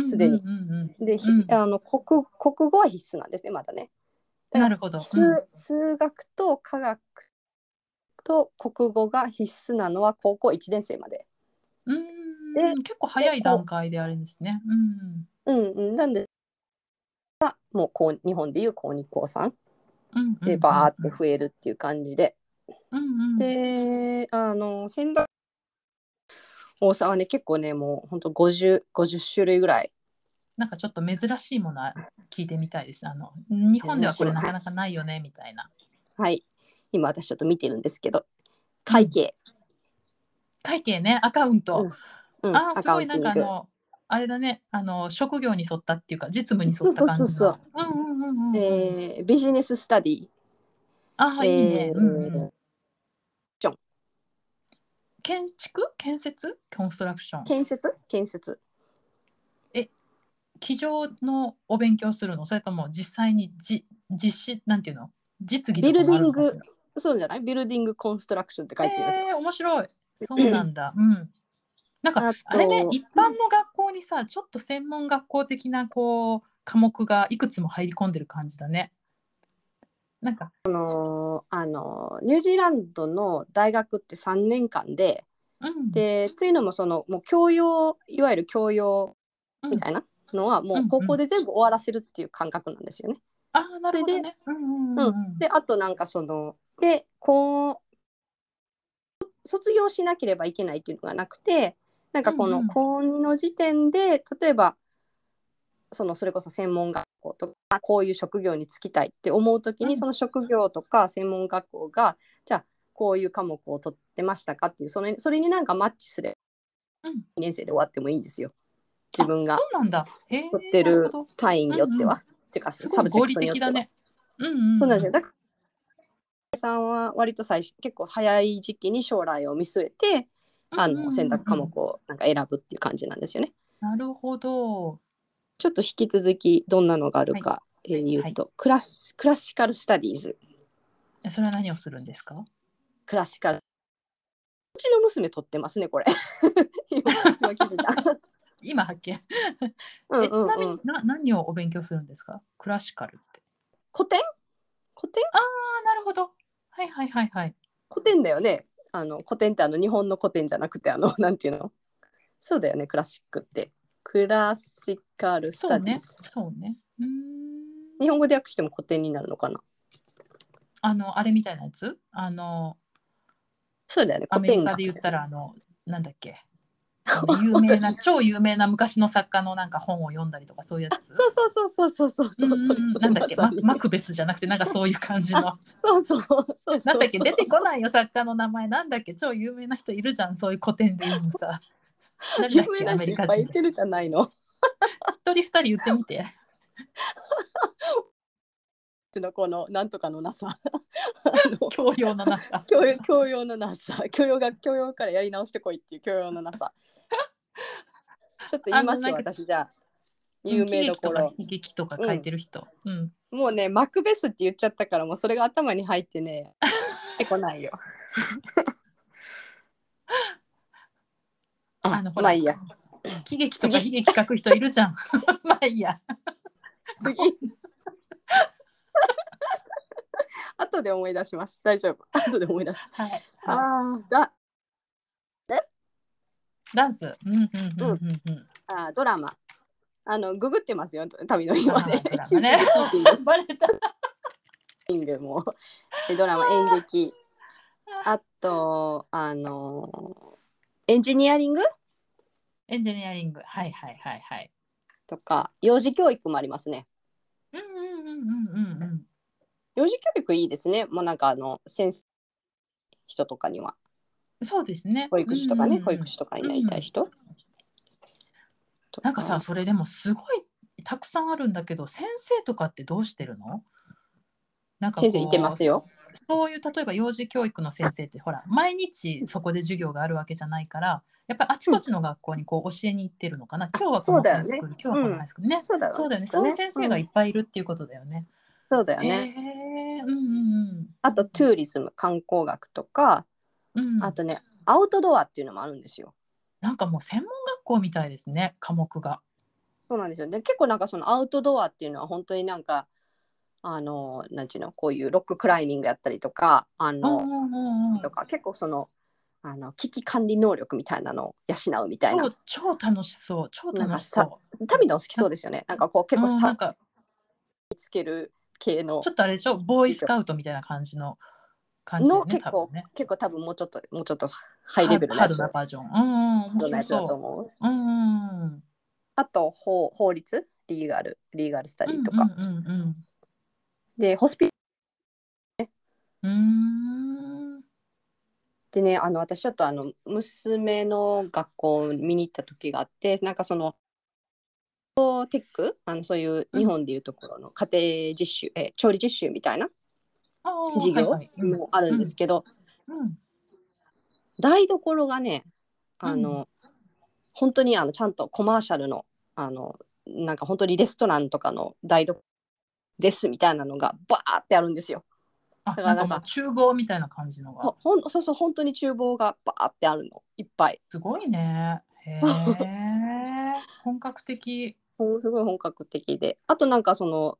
B: すでに
A: うんうんうんうん、
B: で、ひ
A: うん
B: あの国国語は必須なんですねまだね
A: なるほど。
B: 数数学と科学と国語が必須なのは高校1年生まで。
A: うん、うーん結構早い段階であれですね。うん
B: うんうん、なんでもうこう日本でいう高2高3
A: うんうんうんうん。
B: でバーって増えるっていう感じで。
A: うんうん、
B: であの先代大沢はね結構ねもうほんと 50, 50種類ぐらい
A: なんかちょっと珍しいものは聞いてみたいです。あの日本ではこれ
B: 珍
A: ない
B: し
A: かなかないよねみたいな。
B: はい今私ちょっと見てるんですけど会計、
A: 会計ねアカウント。
B: うん
A: ああすごいなんかあ
B: に行く
A: のあれだねあの職業に沿ったっていうか実務に沿った感じの。
B: そうそう
A: うんうんうんうん。
B: えービジネススタディ
A: ああいいね。
B: えー
A: うんうん
B: ジョン。
A: 建築建設コンストラクション。
B: 建設建設
A: 机上のお勉強するのそれとも実際にじ実施なんていうの実技
B: ビルディン
A: とかもある
B: グ
A: のかし、
B: そうじゃないビルディングコンストラクションって書いてま
A: ら
B: すよ。
A: えー、面白いそうなんだうんなんか
B: あ
A: あ
B: と
A: れね一般の学校にさちょっと専門学校的なこう科目がいくつも入り込んでる感じだねなんか
B: あのーあのーニュージーランドの大学って3年間で、
A: うん
B: でというのもそのもう教養いわゆる教養
A: うん
B: みたいなのはも
A: んう
B: うん高校で全部終わらせるっていう感覚なんですよね。
A: あーなるほどねうんうんうんうん
B: であとなんかそのでこう卒業しなければいけないっていうのがなくてなんかこ
A: うんう
B: の
A: ん
B: 高2の時点で例えばそのそれこそ専門学校校とかあこういう職業に就きたいって思う時
A: う
B: に
A: ん
B: その職業とか専門学校がじゃあこういう科目を取ってましたかっていうそれそれになんかマッチすれば
A: うん
B: 2年生で終わってもいいんですよ自分
A: あ
B: が
A: そうなんだ。へえ。
B: 取ってる
A: なほど
B: 単位によっては。
A: うん
B: てか
A: す
B: サ
A: ごい
B: ブジ
A: 合
B: ェク
A: 理的
B: トによって
A: だ
B: は
A: ね。うんうん、
B: そうなんですよ。だから、さんは割と最初結構早い時期に将来を見据えて、あ
A: うんうんうんう
B: の
A: ん
B: 選択科目をなんか選ぶっていう感じなんですよね。
A: なるほど。
B: ちょっと引き続きどんなのがあるか、えー言うと、クラスクラシカルスタディーズ、
A: えそれは何をするんですか？
B: クラシカル。うちの娘取ってますねこれ。 今今気づ いた。
A: 今発見。
B: うん
A: えちな
B: う
A: み
B: ん
A: に
B: うん、
A: な何をお勉強するんですか？クラシカルって。
B: 古典古典
A: ああなるほど。はいはいはいはい。
B: 古典だよね。あの古典ってあの日本の古典じゃなくてあのなんていうのそうだよねクラシックってクラシカルス
A: そう
B: タディ
A: ね。
B: ーズ。
A: そうね。うーん。
B: 日本語で訳しても古典になるのかな
A: あのあれみたいなやつ？あの
B: そうだよね
A: ア
B: 古
A: メリ
B: 典
A: カ
B: が
A: で言ったらあのなんだっ け？あの有名な超有名な昔の作家のなんか本を読んだりとかそういうやつ。
B: そうそうそうそうそうそうそううん
A: うん
B: それ
A: うん
B: それ
A: なんだっけ、
B: ま
A: マ
B: さに
A: マクベスじゃなくてなんかそういう感じの
B: そうそうそうそう
A: なんだっけ出てこないよ作家の名前なんだっけ超有名な人いるじゃんそういう古典で言うの さ誰だっ
B: 有名
A: け
B: な
A: アメ
B: 人い
A: リ
B: っ
A: カ
B: ぱい
A: 人
B: いてるじゃないの
A: 一人二人言ってみて
B: うちのこのなんとかのなさあの
A: 教養のなさ
B: 教養教養のなさ教養が教養からやり直してこいっていう教養の なさちょっと言います
A: あ
B: よ
A: のなんか
B: 私じゃあ
A: うん
B: 有名どころ
A: 喜劇とか悲劇とか書いてる人うん、
B: もうねマクベスって言っちゃったからもうそれが頭に入っ てね出てこないよ
A: あのほら、
B: まあいいや
A: 喜劇とか悲劇書く人いるじゃん まあいいや
B: 次。後で思い出します。大丈夫。後で思い出す。
A: はい、はい
B: ああ、だ、
A: ダンスうんうんうんうんうん
B: あー、ドラマ。あの、ググってますよ。旅の今で
A: あードラ。マ ね
B: シン グ
A: バレた
B: シングも。でドラマ、演劇。あと、あのーエンジニアリング
A: エンジニアリングはいはいはいはい
B: とか、幼児教育もありますね。
A: うんうんうんうんうんうん
B: 幼児教育いいですね。もうなんか、あの、先生。人とかには、
A: そうですね
B: 保育士とか
A: うんう
B: ね、
A: んうん
B: 保育士とかになりたい人。と
A: なんかさそれでもすごいたくさんあるんだけど先生とかってどうしてるのなんかこう
B: 先生いてますよ。
A: そういう例えば幼児教育の先生ってほら毎日そこで授業があるわけじゃないからやっぱりあちこちの学校にこう教えに行ってるのかな、今日はこ
B: そう
A: の
B: だ
A: ハ
B: よ
A: イス
B: ね
A: クール、今日はこのハイスクールね、
B: うんそうだろうね
A: よね
B: きっと
A: そうい
B: ね
A: う先生がいっぱいいるっていうことだよね。
B: そうだよね。
A: へえうんうんうん、
B: あとトゥーリズム観光学とか、
A: うん、
B: あとねアウトドアっていうのもあるんですよ。
A: なんかもう専門学校みたいですね科目が。
B: そうなんですよ。で結構なんかそのアウトドアっていうのは本当になんかあのなんていうのこういうロッククライミングやったりとかあ
A: うんうん
B: の、
A: うんうん
B: とか結構そのあの危機管理能力みたいなのを養うみたいな
A: 超超楽しそう超楽し
B: なん
A: そう。
B: 民の好きそうですよね。なんかこう結構
A: うん
B: さ、
A: なんか
B: つける系の
A: ちょっとあれでしょボーイスカウトみたいな感じの感じだよ
B: の
A: ね
B: 結
A: 多
B: 構
A: 分ね
B: 結構多分もうちょっともうちょっとハイレベル
A: ハ
B: な
A: ー
B: や
A: ド
B: つ
A: な
B: ハ
A: バージョンうんうん
B: ードな
A: 面白
B: やつだと
A: そ
B: 思う。
A: ううんうんうん
B: あと法法律リーガルリーガルスタディとか、
A: うんうんうん
B: でホスピ
A: うんうーん
B: でねあの私ちょっとあの娘の学校を見に行った時があってなんかそのテックあのそういう
A: うん
B: 日本でいうところの家庭実習、え調理実習みたいな
A: あー
B: 授業
A: はいはいうん
B: もあるんですけど、
A: うん
B: 台所がねあの、本当にあのちゃんとコマーシャルのあのなんか本当にレストランとかの台所ですみたいなのがバーってあるんですよ。
A: あ
B: だか
A: な
B: ら
A: ん
B: な
A: か
B: んか
A: もう厨房みたいな感じのが
B: ほんそうそう本当に厨房がバーってあるのいっぱい。
A: すごいねへ え本格的
B: ほんすごい本 格的であとなんかその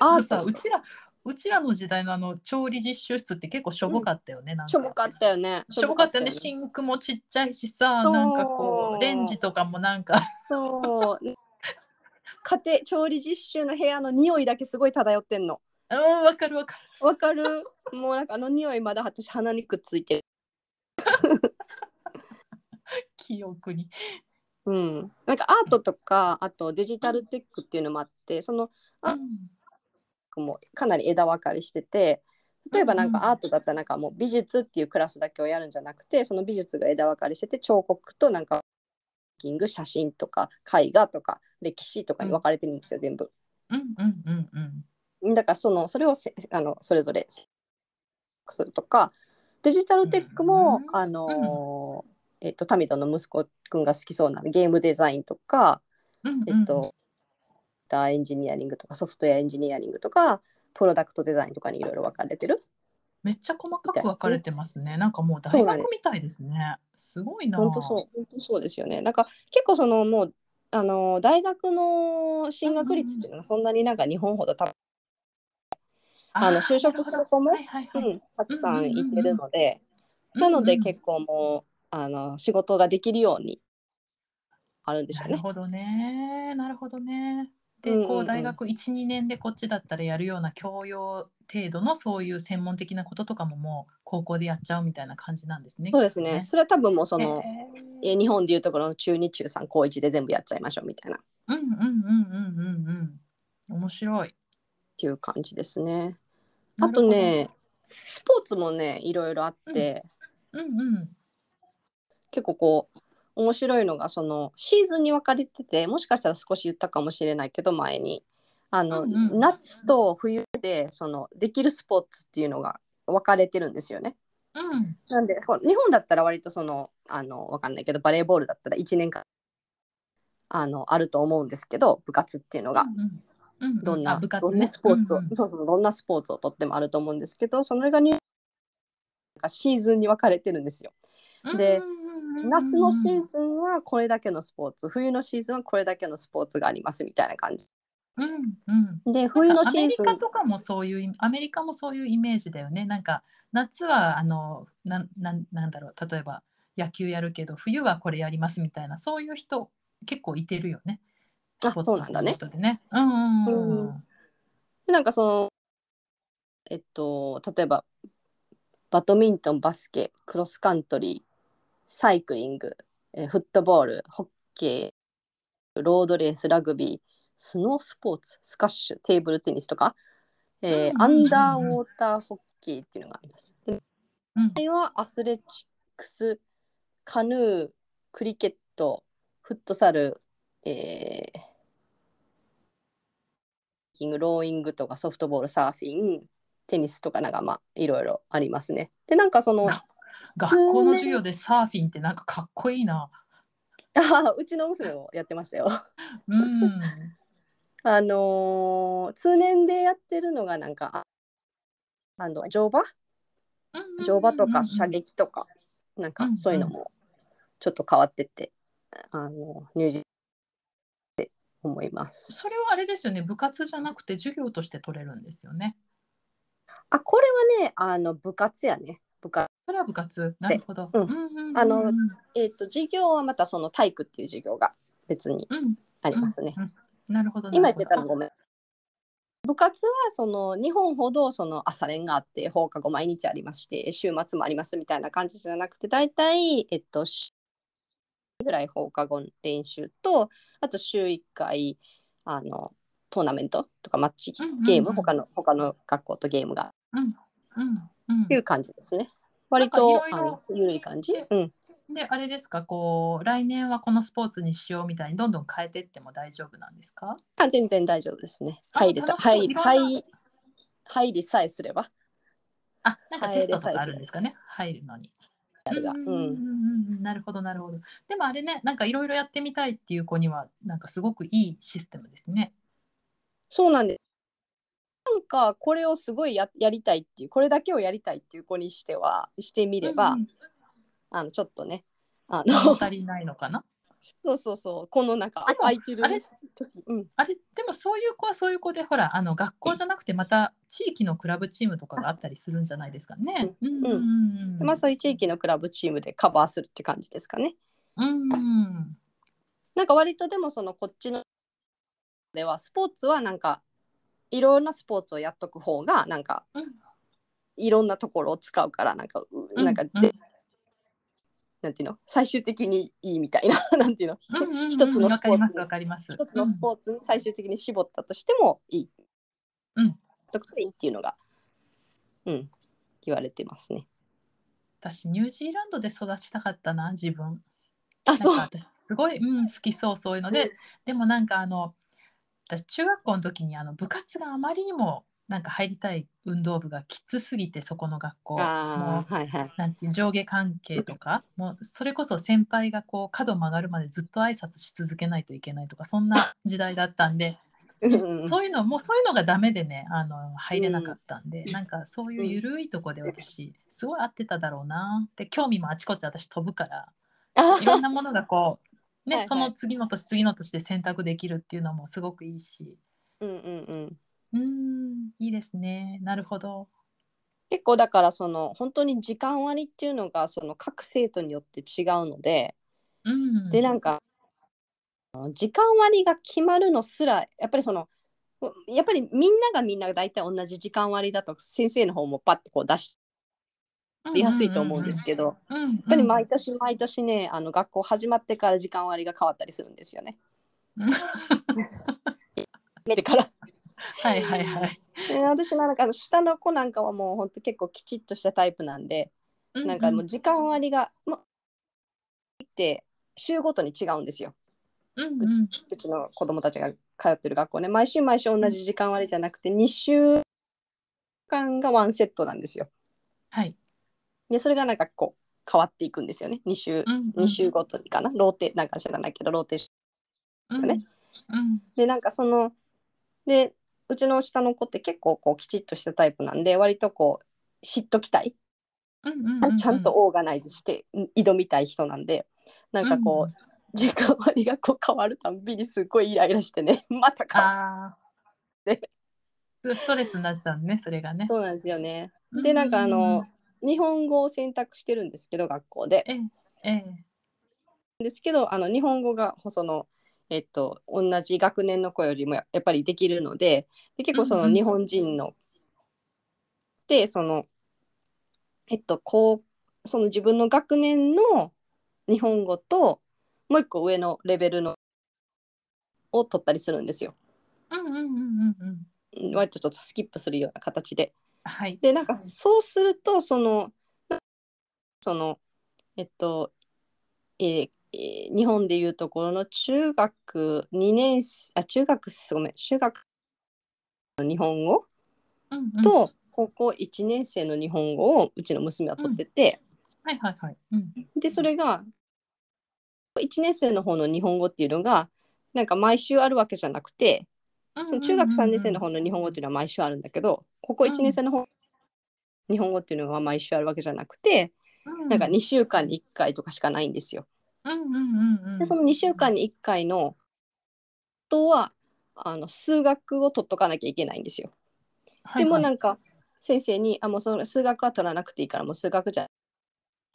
A: あー
B: アート
A: さうちらうちらの時代のあの調理実習室って結構しょぼかったよね、なんか
B: しょぼかったよね
A: しょぼかったよね
B: し
A: シンクもちっちゃいしさ
B: そう
A: なんかこうレンジとかもなんか
B: そう家庭調理実習の部屋の匂いだけすごい漂ってんの
A: うんわかるわかる
B: わかるもうなんかあの匂いまだ私鼻にくっついてる
A: 記憶に
B: うんなんかアートとかあとデジタルテックっていうのもあってそのあもうかなり枝分かれしてて例えばなん
A: うんうん
B: かアートだったらなんかもう美術っていうクラスだけをやるんじゃなくてその美術が枝分かれしてて彫刻となんかキング写真とか絵画とか歴史とかに分かれてるんですよ、全部。
A: うんうんうんうん
B: だからそのそれをせあのそれぞれせするとかデジタルテックも、
A: うん
B: あのーえっとタミトの息子くんが好きそうなゲームデザインとか、
A: うん
B: えっとダーエンジニアリングとかソフトウェアエンジニアリングとかプロダクトデザインとかにいろいろ分かれてる
A: めっちゃ細かく分かれてますね。なんかもう大学みたいですね。すごいな。
B: 本当そう本当そうですよねなんか結構そのもうあのー大学の進学率っていうのがそんなになんか日本ほど多分、
A: あー
B: あの就職する子も
A: なほどはいはいは
B: う
A: い
B: ん、たくさんいてるので。
A: うん
B: な
A: うん
B: ので結構もう、あの仕事ができるようにあるんでしょ
A: な
B: う
A: る
B: ね。
A: ほどね。なるほどね。で、
B: うんうんうん
A: こう大学1、2年でこっちだったらやるような教養程度のそういう専門的なこととかももう高校でやっちゃうみたいな感じなんですね。
B: そうです
A: きっ
B: ね。
A: と
B: それは多分もうその、
A: へー
B: え日本でいうところの中2中3高1で全部やっちゃいましょうみたいなっ
A: うんうんうんうんうんうん。面白い。
B: ていう感じですね。
A: なる
B: あ
A: ほ
B: と
A: ど、
B: ねスポーツもねいろいろあって、
A: うんうん。
B: 結構こう面白いのがそのシーズンに分かれててもしかしたら少し言ったかもしれないけど前にあの、
A: うんうん
B: 夏と冬でそのできるスポーツっていうのが分かれてるんですよね。
A: うん
B: なんでこう日本だったら割とそのあのわかんないけどバレーボールだったら1年間あのあると思うんですけど部活っていうのが
A: うんうんうんうん
B: どん
A: あ
B: な,、
A: 部活
B: どん
A: ね
B: なスポーツを、
A: うんうん
B: そうそうどんなスポーツをとってもあると思うんですけどそれが入シーズンに分かれてるんですよ。で夏のシーズンはこれだけのスポーツ冬のシーズンはこれだけのスポーツがありますみたいな感じ
A: うんうん
B: で冬の
A: ア
B: シ
A: メ
B: ー
A: リ
B: ズ
A: カ
B: ン
A: とかもそういうイメアメリカもそういうイメージだよねなんか夏はあのなんなんなんだろう例えば野球やるけど冬はこれやりますみたいなそういう人結構いてるよね
B: あ
A: スポーツ
B: そうなんだね
A: の人でねうんうんうん
B: うんでなんかそのえっと例えばバドミントンバスケクロスカントリーサイクリングえーフットボールホッケーロードレースラグビースノースポーツスカッシュテーブルテニスとか、え
A: う
B: ー
A: んうんうんうん
B: アンダーウォーターホッケーっていうのがあります。で
A: うん
B: これはアスレチックスカヌークリケットフットサル、えーキングローイングとかソフトボールサーフィンテニスとかなんかまあいろいろありますね。でなんかその あ
A: 学校の授業でサーフィンってなんかかっこいいな
B: ーうちの娘もやってましたよ。
A: うん
B: あのー通年でやってるのがなんかああの乗馬乗馬とか射撃とかなんかそういうのもちょっと変わってて、あのニュージーランドで思います。
A: それはあれですよね部活じゃなくて授業として取れるんですよね
B: あこれはねあの部活やね部活。
A: それは部活なるほど、
B: うん
A: うんうんうんうん
B: あのえっ、と授業はまたその体育っていう授業が別に
A: うん
B: ありますね。
A: うんうんなるほど
B: 今言って
A: な
B: たの
A: るほ
B: ご
A: ど
B: めん。部活はその日本ほどその朝練があって放課後毎日ありまして週末もありますみたいな感じじゃなくて大体えっと週ぐらい放課後練習とあと週1回あのトーナメントとかマッチ
A: うんうんうん
B: ゲーム、他の他の学校とゲームが
A: うんうん
B: っていう感じですね。割
A: なん
B: と
A: かいろい
B: あ
A: ろ
B: の緩い感じ。
A: で
B: うん。
A: であれですかこう来年はこのスポーツにしようみたいにどんどん変えてっても大丈夫なんですか
B: あ全然大丈夫ですね。
A: あ
B: 入れた
A: 楽しそう
B: 入り
A: いろんな
B: 入り入りさえすれば。
A: あなんか
B: はい
A: テストとかあるんですかね入るのに。
B: るが
A: うん
B: うん
A: うんうんなるほどなるほど。でもあれねなんかいろいろやってみたいっていう子にはなんかすごくいいシステムですね。
B: そうなんです。なんかこれをすごいややりたいっていうこれだけをやりたいっていう子にしてはしてみれば、
A: うんうん
B: あのちょっとねあ
A: 物
B: の
A: 足りないのかな
B: そうそうそうこのなんか
A: あでも
B: 空いてる
A: あれ
B: 時、うん、
A: あれでもそういう子はそういう子でほらあの学校じゃなくてまた地域のクラブチームとかがあったりするんじゃないですかね。うんうんうん
B: まあそういう地域のクラブチームでカバーするって感じですかね。
A: うんうん
B: なんか割とでもそのこっちのではスポーツはなんかいろんなスポーツをやっとく方がなんか
A: うん
B: いろんなところを使うからなんかう、
A: うん
B: なんか
A: うん
B: ぜなんていうの最終的にいいみたいな なんていうの
A: うんうんうん
B: 一つの
A: わ
B: ス
A: か
B: ポ
A: りま
B: ー
A: す
B: ツ
A: わかります。
B: 一つのスポ
A: ーツ、
B: ーツに最終的に絞ったとしてもいい。
A: うん。
B: とかいいっていうのが、うん、言われてますね。
A: 私ニュージーランドで育ちたかったな自分。
B: あ、
A: なん
B: そう。
A: か私すごい、うん、好きそうそういうので、でもなんかあの私中学校の時にあの部活があまりにもなんか入りたい運動部がきつすぎてそこの学校も
B: あ
A: う
B: あ、はいはい。
A: なんていう上下関係とかもうそれこそ先輩がこう角曲がるまでずっと挨拶し続けないといけないとかそんな時代だったんで
B: うんうん
A: そういうのもうそういうのがダメでねあの入れなかったんで、なんかそういう緩いとこで私すごい合ってただろうなって興味もあちこち私飛ぶから
B: あ
A: いろんなものがこうね
B: はいはい
A: その次の年次の年で選択できるっていうのもすごくいいし
B: うんうんうん。
A: うーんいいですねなるほど
B: 結構だからその本当に時間割っていうのがその各生徒によって違うので、
A: うん
B: でなんか時間割が決まるのすらやっぱりそのやっぱりみんながみんな大体同じ時間割だと先生の方もパッてこう出し
A: うん
B: やすいと思うんですけど、
A: うんうんうん、やっ
B: やっぱり毎年毎年ね、あの学校始まってから時間割が変わったりするんですよね。見るから。
A: はいはいはい
B: で私なんかあの下の子なんかはもうほんと結構きちっとしたタイプなんで、なんかもう時間割が、ま、って週ごとに違うんですよ。
A: うんうん
B: うちの子供たちが通ってる学校ね、毎週毎週同じ時間割じゃなくて2週間がワンセットなんですよ。
A: はい
B: で、それがなんかこう変わっていくんですよね。2週、
A: うんうん
B: 2週ごとにかな。ローテ、なんか知らないけど、ローテーションよね
A: うん
B: でなんかそのでうちの下の子って結構こうきちっとしたタイプなんで割とこう知っときたい
A: うんうんうんうん
B: ちゃんとオーガナイズしてん挑みたい人なんでなんかこう、時間割がこう変わるたんびにすっごいイライラしてね またか
A: あ
B: で
A: あストレスになっちゃうねそれがね
B: そうなんですよねでなんかあの日本語を選択してるんですけど学校で
A: ええええ
B: ですけどあの日本語がそのえっと同じ学年の子よりもややっぱりできるのでで結構そ
A: うんう
B: の
A: ん
B: 日本人の、でそのえっとこうその自分の学年の日本語ともう一個上のレベルのを取ったりするんですよ
A: うんうんうんうんうん
B: うん割とちょっとスキップするような形で
A: はい
B: でなんかそうするとそのそのえっと、えーえー日本でいうところの中学2年生あ中学ごめん中学の日本語
A: うんうん
B: と高校1年生の日本語をうちの娘は取ってて、
A: はいはいはいうん
B: でそれが1年生の方の日本語っていうのがなんか毎週あるわけじゃなくてその中学3年生の方の日本語っていうのは毎週あるんだけど高校1年生の方日本語っていうのは毎週あるわけじゃなくてなんか2週間に1回とかしかないんですよ。
A: うんうんうんうん
B: でその2週間に1回のとはあの数学を取っとかなきゃいけないんですよ。でもなんか先生に「あもうその数学は取らなくていいからもう数学じゃ」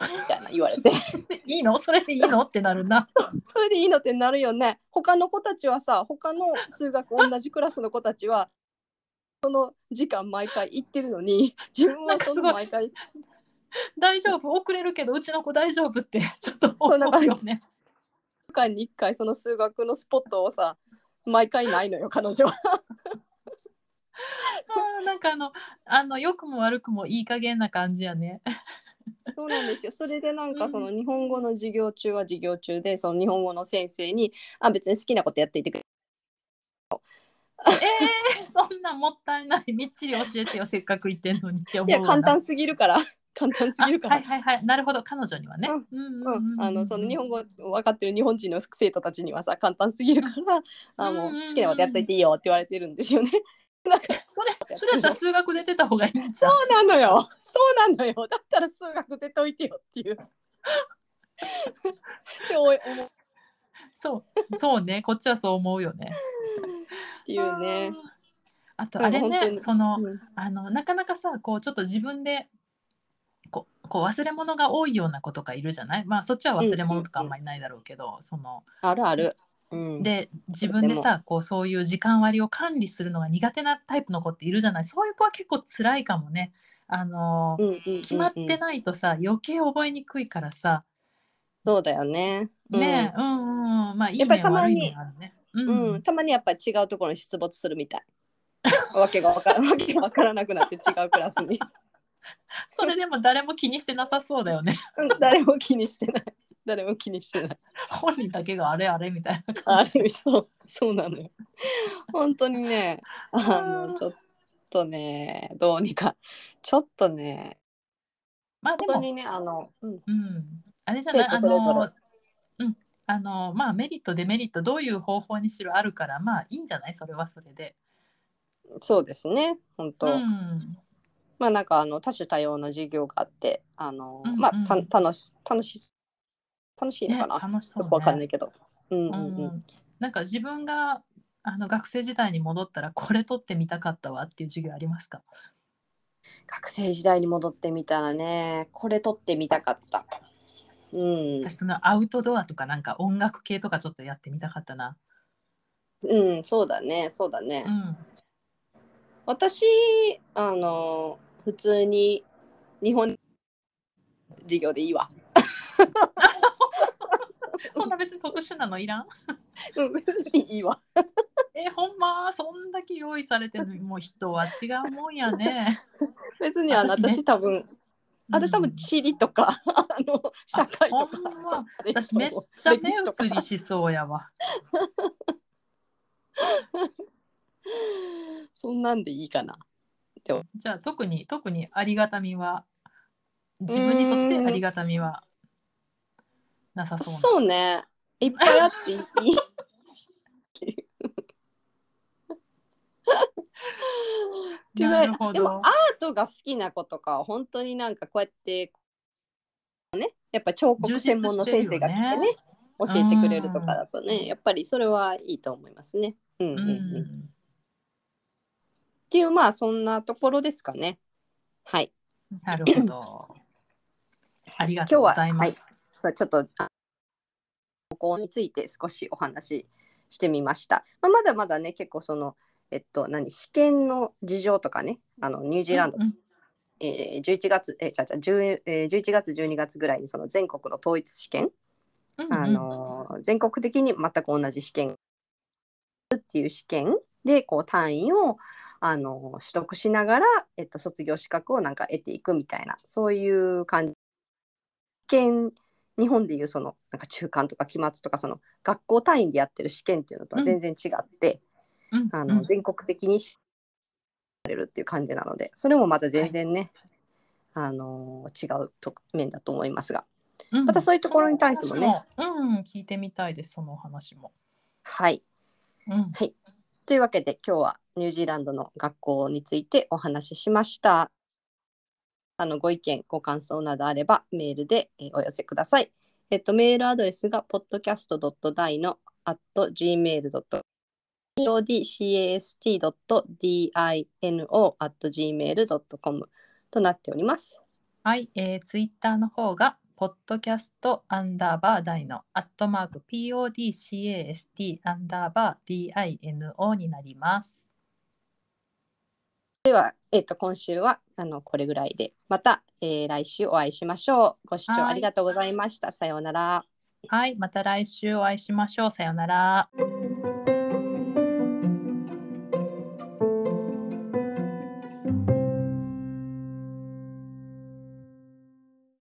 B: みたいな言わ れて
A: はいはいいいのそれでいいのってなるな。
B: それでいいのってなるよね。他の子たちはさ他の数学同じクラスの子たちはその時間毎回行ってるの に自分はその毎回
A: 大丈夫遅れるけどうちの子大丈夫ってちょっと思
B: そんな感
A: う
B: じ
A: よね。
B: 1回に1回その数学のスポットをさ毎回ないのよ彼女は。
A: あーなんかあのあの良くも悪くもいい加減な感じや ね。
B: そうな んですよ。それでなん
A: う
B: か
A: ん
B: その日本語の授業中は授業中でその日本語の先生に「あ別に好きなことやっていてくれ
A: ええそんなもったいないみっちり教えてよせっかく言ってんのにって思
B: いう
A: わ
B: や
A: な。
B: 簡単すぎるから 簡単すぎるか
A: あは」
B: ら
A: いはいはいなるほど彼女にはね。
B: うん
A: うんうん
B: うん、あのその日本
A: 語
B: 語を分かってる日本人の生徒たちにはさ簡単すぎるから「あもう
A: うんうんうん
B: 好きなことやっといていいよ」って言われてるんですよ ね。
A: それそれやったら数学出てた方がいいんじゃん。
B: そうなのよそうなのよだったら数学出といてよっていう。って思い思うっ
A: そうそうねこっちはそう思うよね。
B: ていうね。
A: あー。あとあれ
B: うん本当
A: ね
B: に
A: その
B: うん
A: あのなかなかさこうちょっと自分でこうこう忘れ物が多いような子とかいるじゃないまあそっちは忘れ物とかあんまりないだろうけど、その
B: あるある。うん、
A: で自分でさこうそういう時間割を管理するのが苦手なタイプの子っているじゃないそういう子は結構辛いかもね。あのー
B: うんうんうんうん
A: 決まってないとさ余計覚えにくいからさ
B: そうだよね。うん
A: ねえ、うんうんうん、まあいい
B: やっぱり
A: 面
B: たま
A: 悪い
B: に
A: 面あるね。うん
B: うんたまにやっぱり違うところに出没するみたい。 わけがわからわけがわからなくなって違うクラスに。
A: それでも誰も気にしてなさそうだよ ね。
B: うん誰も気にしてない。誰も気にして ない。
A: 本人だけがあれあれみたいな
B: あ
A: 感じ。
B: る意味そうそうなのよ。本当にねあのちょっとねどうにかちょっとね
A: まあで
B: 本当
A: も、
B: にねあの、うん、
A: うん、あれじゃない、
B: 生
A: あ
B: 徒それぞれ
A: の、うん、あの、まあメリット、デメリット、どういう方法にしろあるから、まあいいんじゃないそれはそれで。
B: そうですね本当、
A: うん、
B: まあなんかあの多種多様な授業があってあの、
A: うんうん
B: まあた楽し楽し楽しいの
A: ね、
B: かな、
A: 楽しそ
B: よ
A: う
B: くわかんな
A: ね
B: い。けど。うんうん
A: う
B: うん
A: ん、なんか自分があの学生時代に戻ったらこれ取ってみたかったわっていう授業ありますか
B: 学生時代に戻ってみたらねこれ撮ってみたかった。うん、
A: 私そのアウトドアとかなんか音楽系とかちょっとやってみたかったな。
B: うん、そうだねそうだね。
A: うん、
B: 私あの普通に日本授業でいいわ。
A: そんな別に特殊なのいらん
B: うん別にいいわ。
A: えほんまそんだけ用意されてるもう人は違うもんやね。
B: 別にあの
A: 私
B: 私,、
A: ね
B: 多分 私多
A: う
B: 分
A: ん
B: 地理とか、あの社会とか
A: あほんま
B: そう
A: 私めっちゃ目移りしそうやわ。
B: そんなんでいいかな。
A: じゃあ特に特にありがたみは自分にとってありがたみはなさそうな。
B: そうねいっぱいあっていい。っていうぐらい
A: なるほど
B: でもアートが好きな子とかは本当になんかこうやってねやっぱ彫刻専門の先生が来てね
A: 充実して
B: 教えてくれるとかだとねやっぱりそれはいいと思いますね。うんうん
A: う
B: うんっ
A: ん
B: ていうまあそんなところですかね。はい
A: なるほど。ありがとうございます。
B: そうちょっとあここについて少しお話ししてみました。まあ、まだまだね結構そのえっと何試験の事情とかねあのニュージーランド、
A: うん
B: えー、11月えー、じゃじゃ10えー11月12月ぐらいにその全国の統一試験、
A: うんうん
B: あのー全国的に全く同じ試験っていう試験でこう単位をあのー取得しながら、えっと、卒業資格をなんか得ていくみたいなそういう感じ試験日本でいうそのなんか中間とか期末とかその学校単位でやってる試験っていうのとは全然違って、
A: うん
B: あ
A: う
B: の
A: ん
B: 全国的にしやれるっていう感じなのでそれもまた全然ね、あのー違うと面だと思いますが
A: うん
B: またそういうところに対しても
A: そ
B: ね
A: の話もうん、聞いてみたいです、そのお話も。
B: はい。
A: うん、
B: というわけで今日はニュージーランドの学校についてお話ししました。あのご意見ご感想などあればメールでえーお寄せください。えっとメールアドレスが podcast.dai の at gmail.com podcast.dino at gmail.com となっております。
A: はい、えー、ツイッターの方が、ポッドキャストアンダーバーダイのアットマーク PODCAST アンダーバー DINO になります。
B: では、えっと今週はあのこれぐらいでまた、えー来週お会いしましょう。ご視聴ありがとうございました。さようなら。
A: はい、また来週お会いしましょう。さようなら。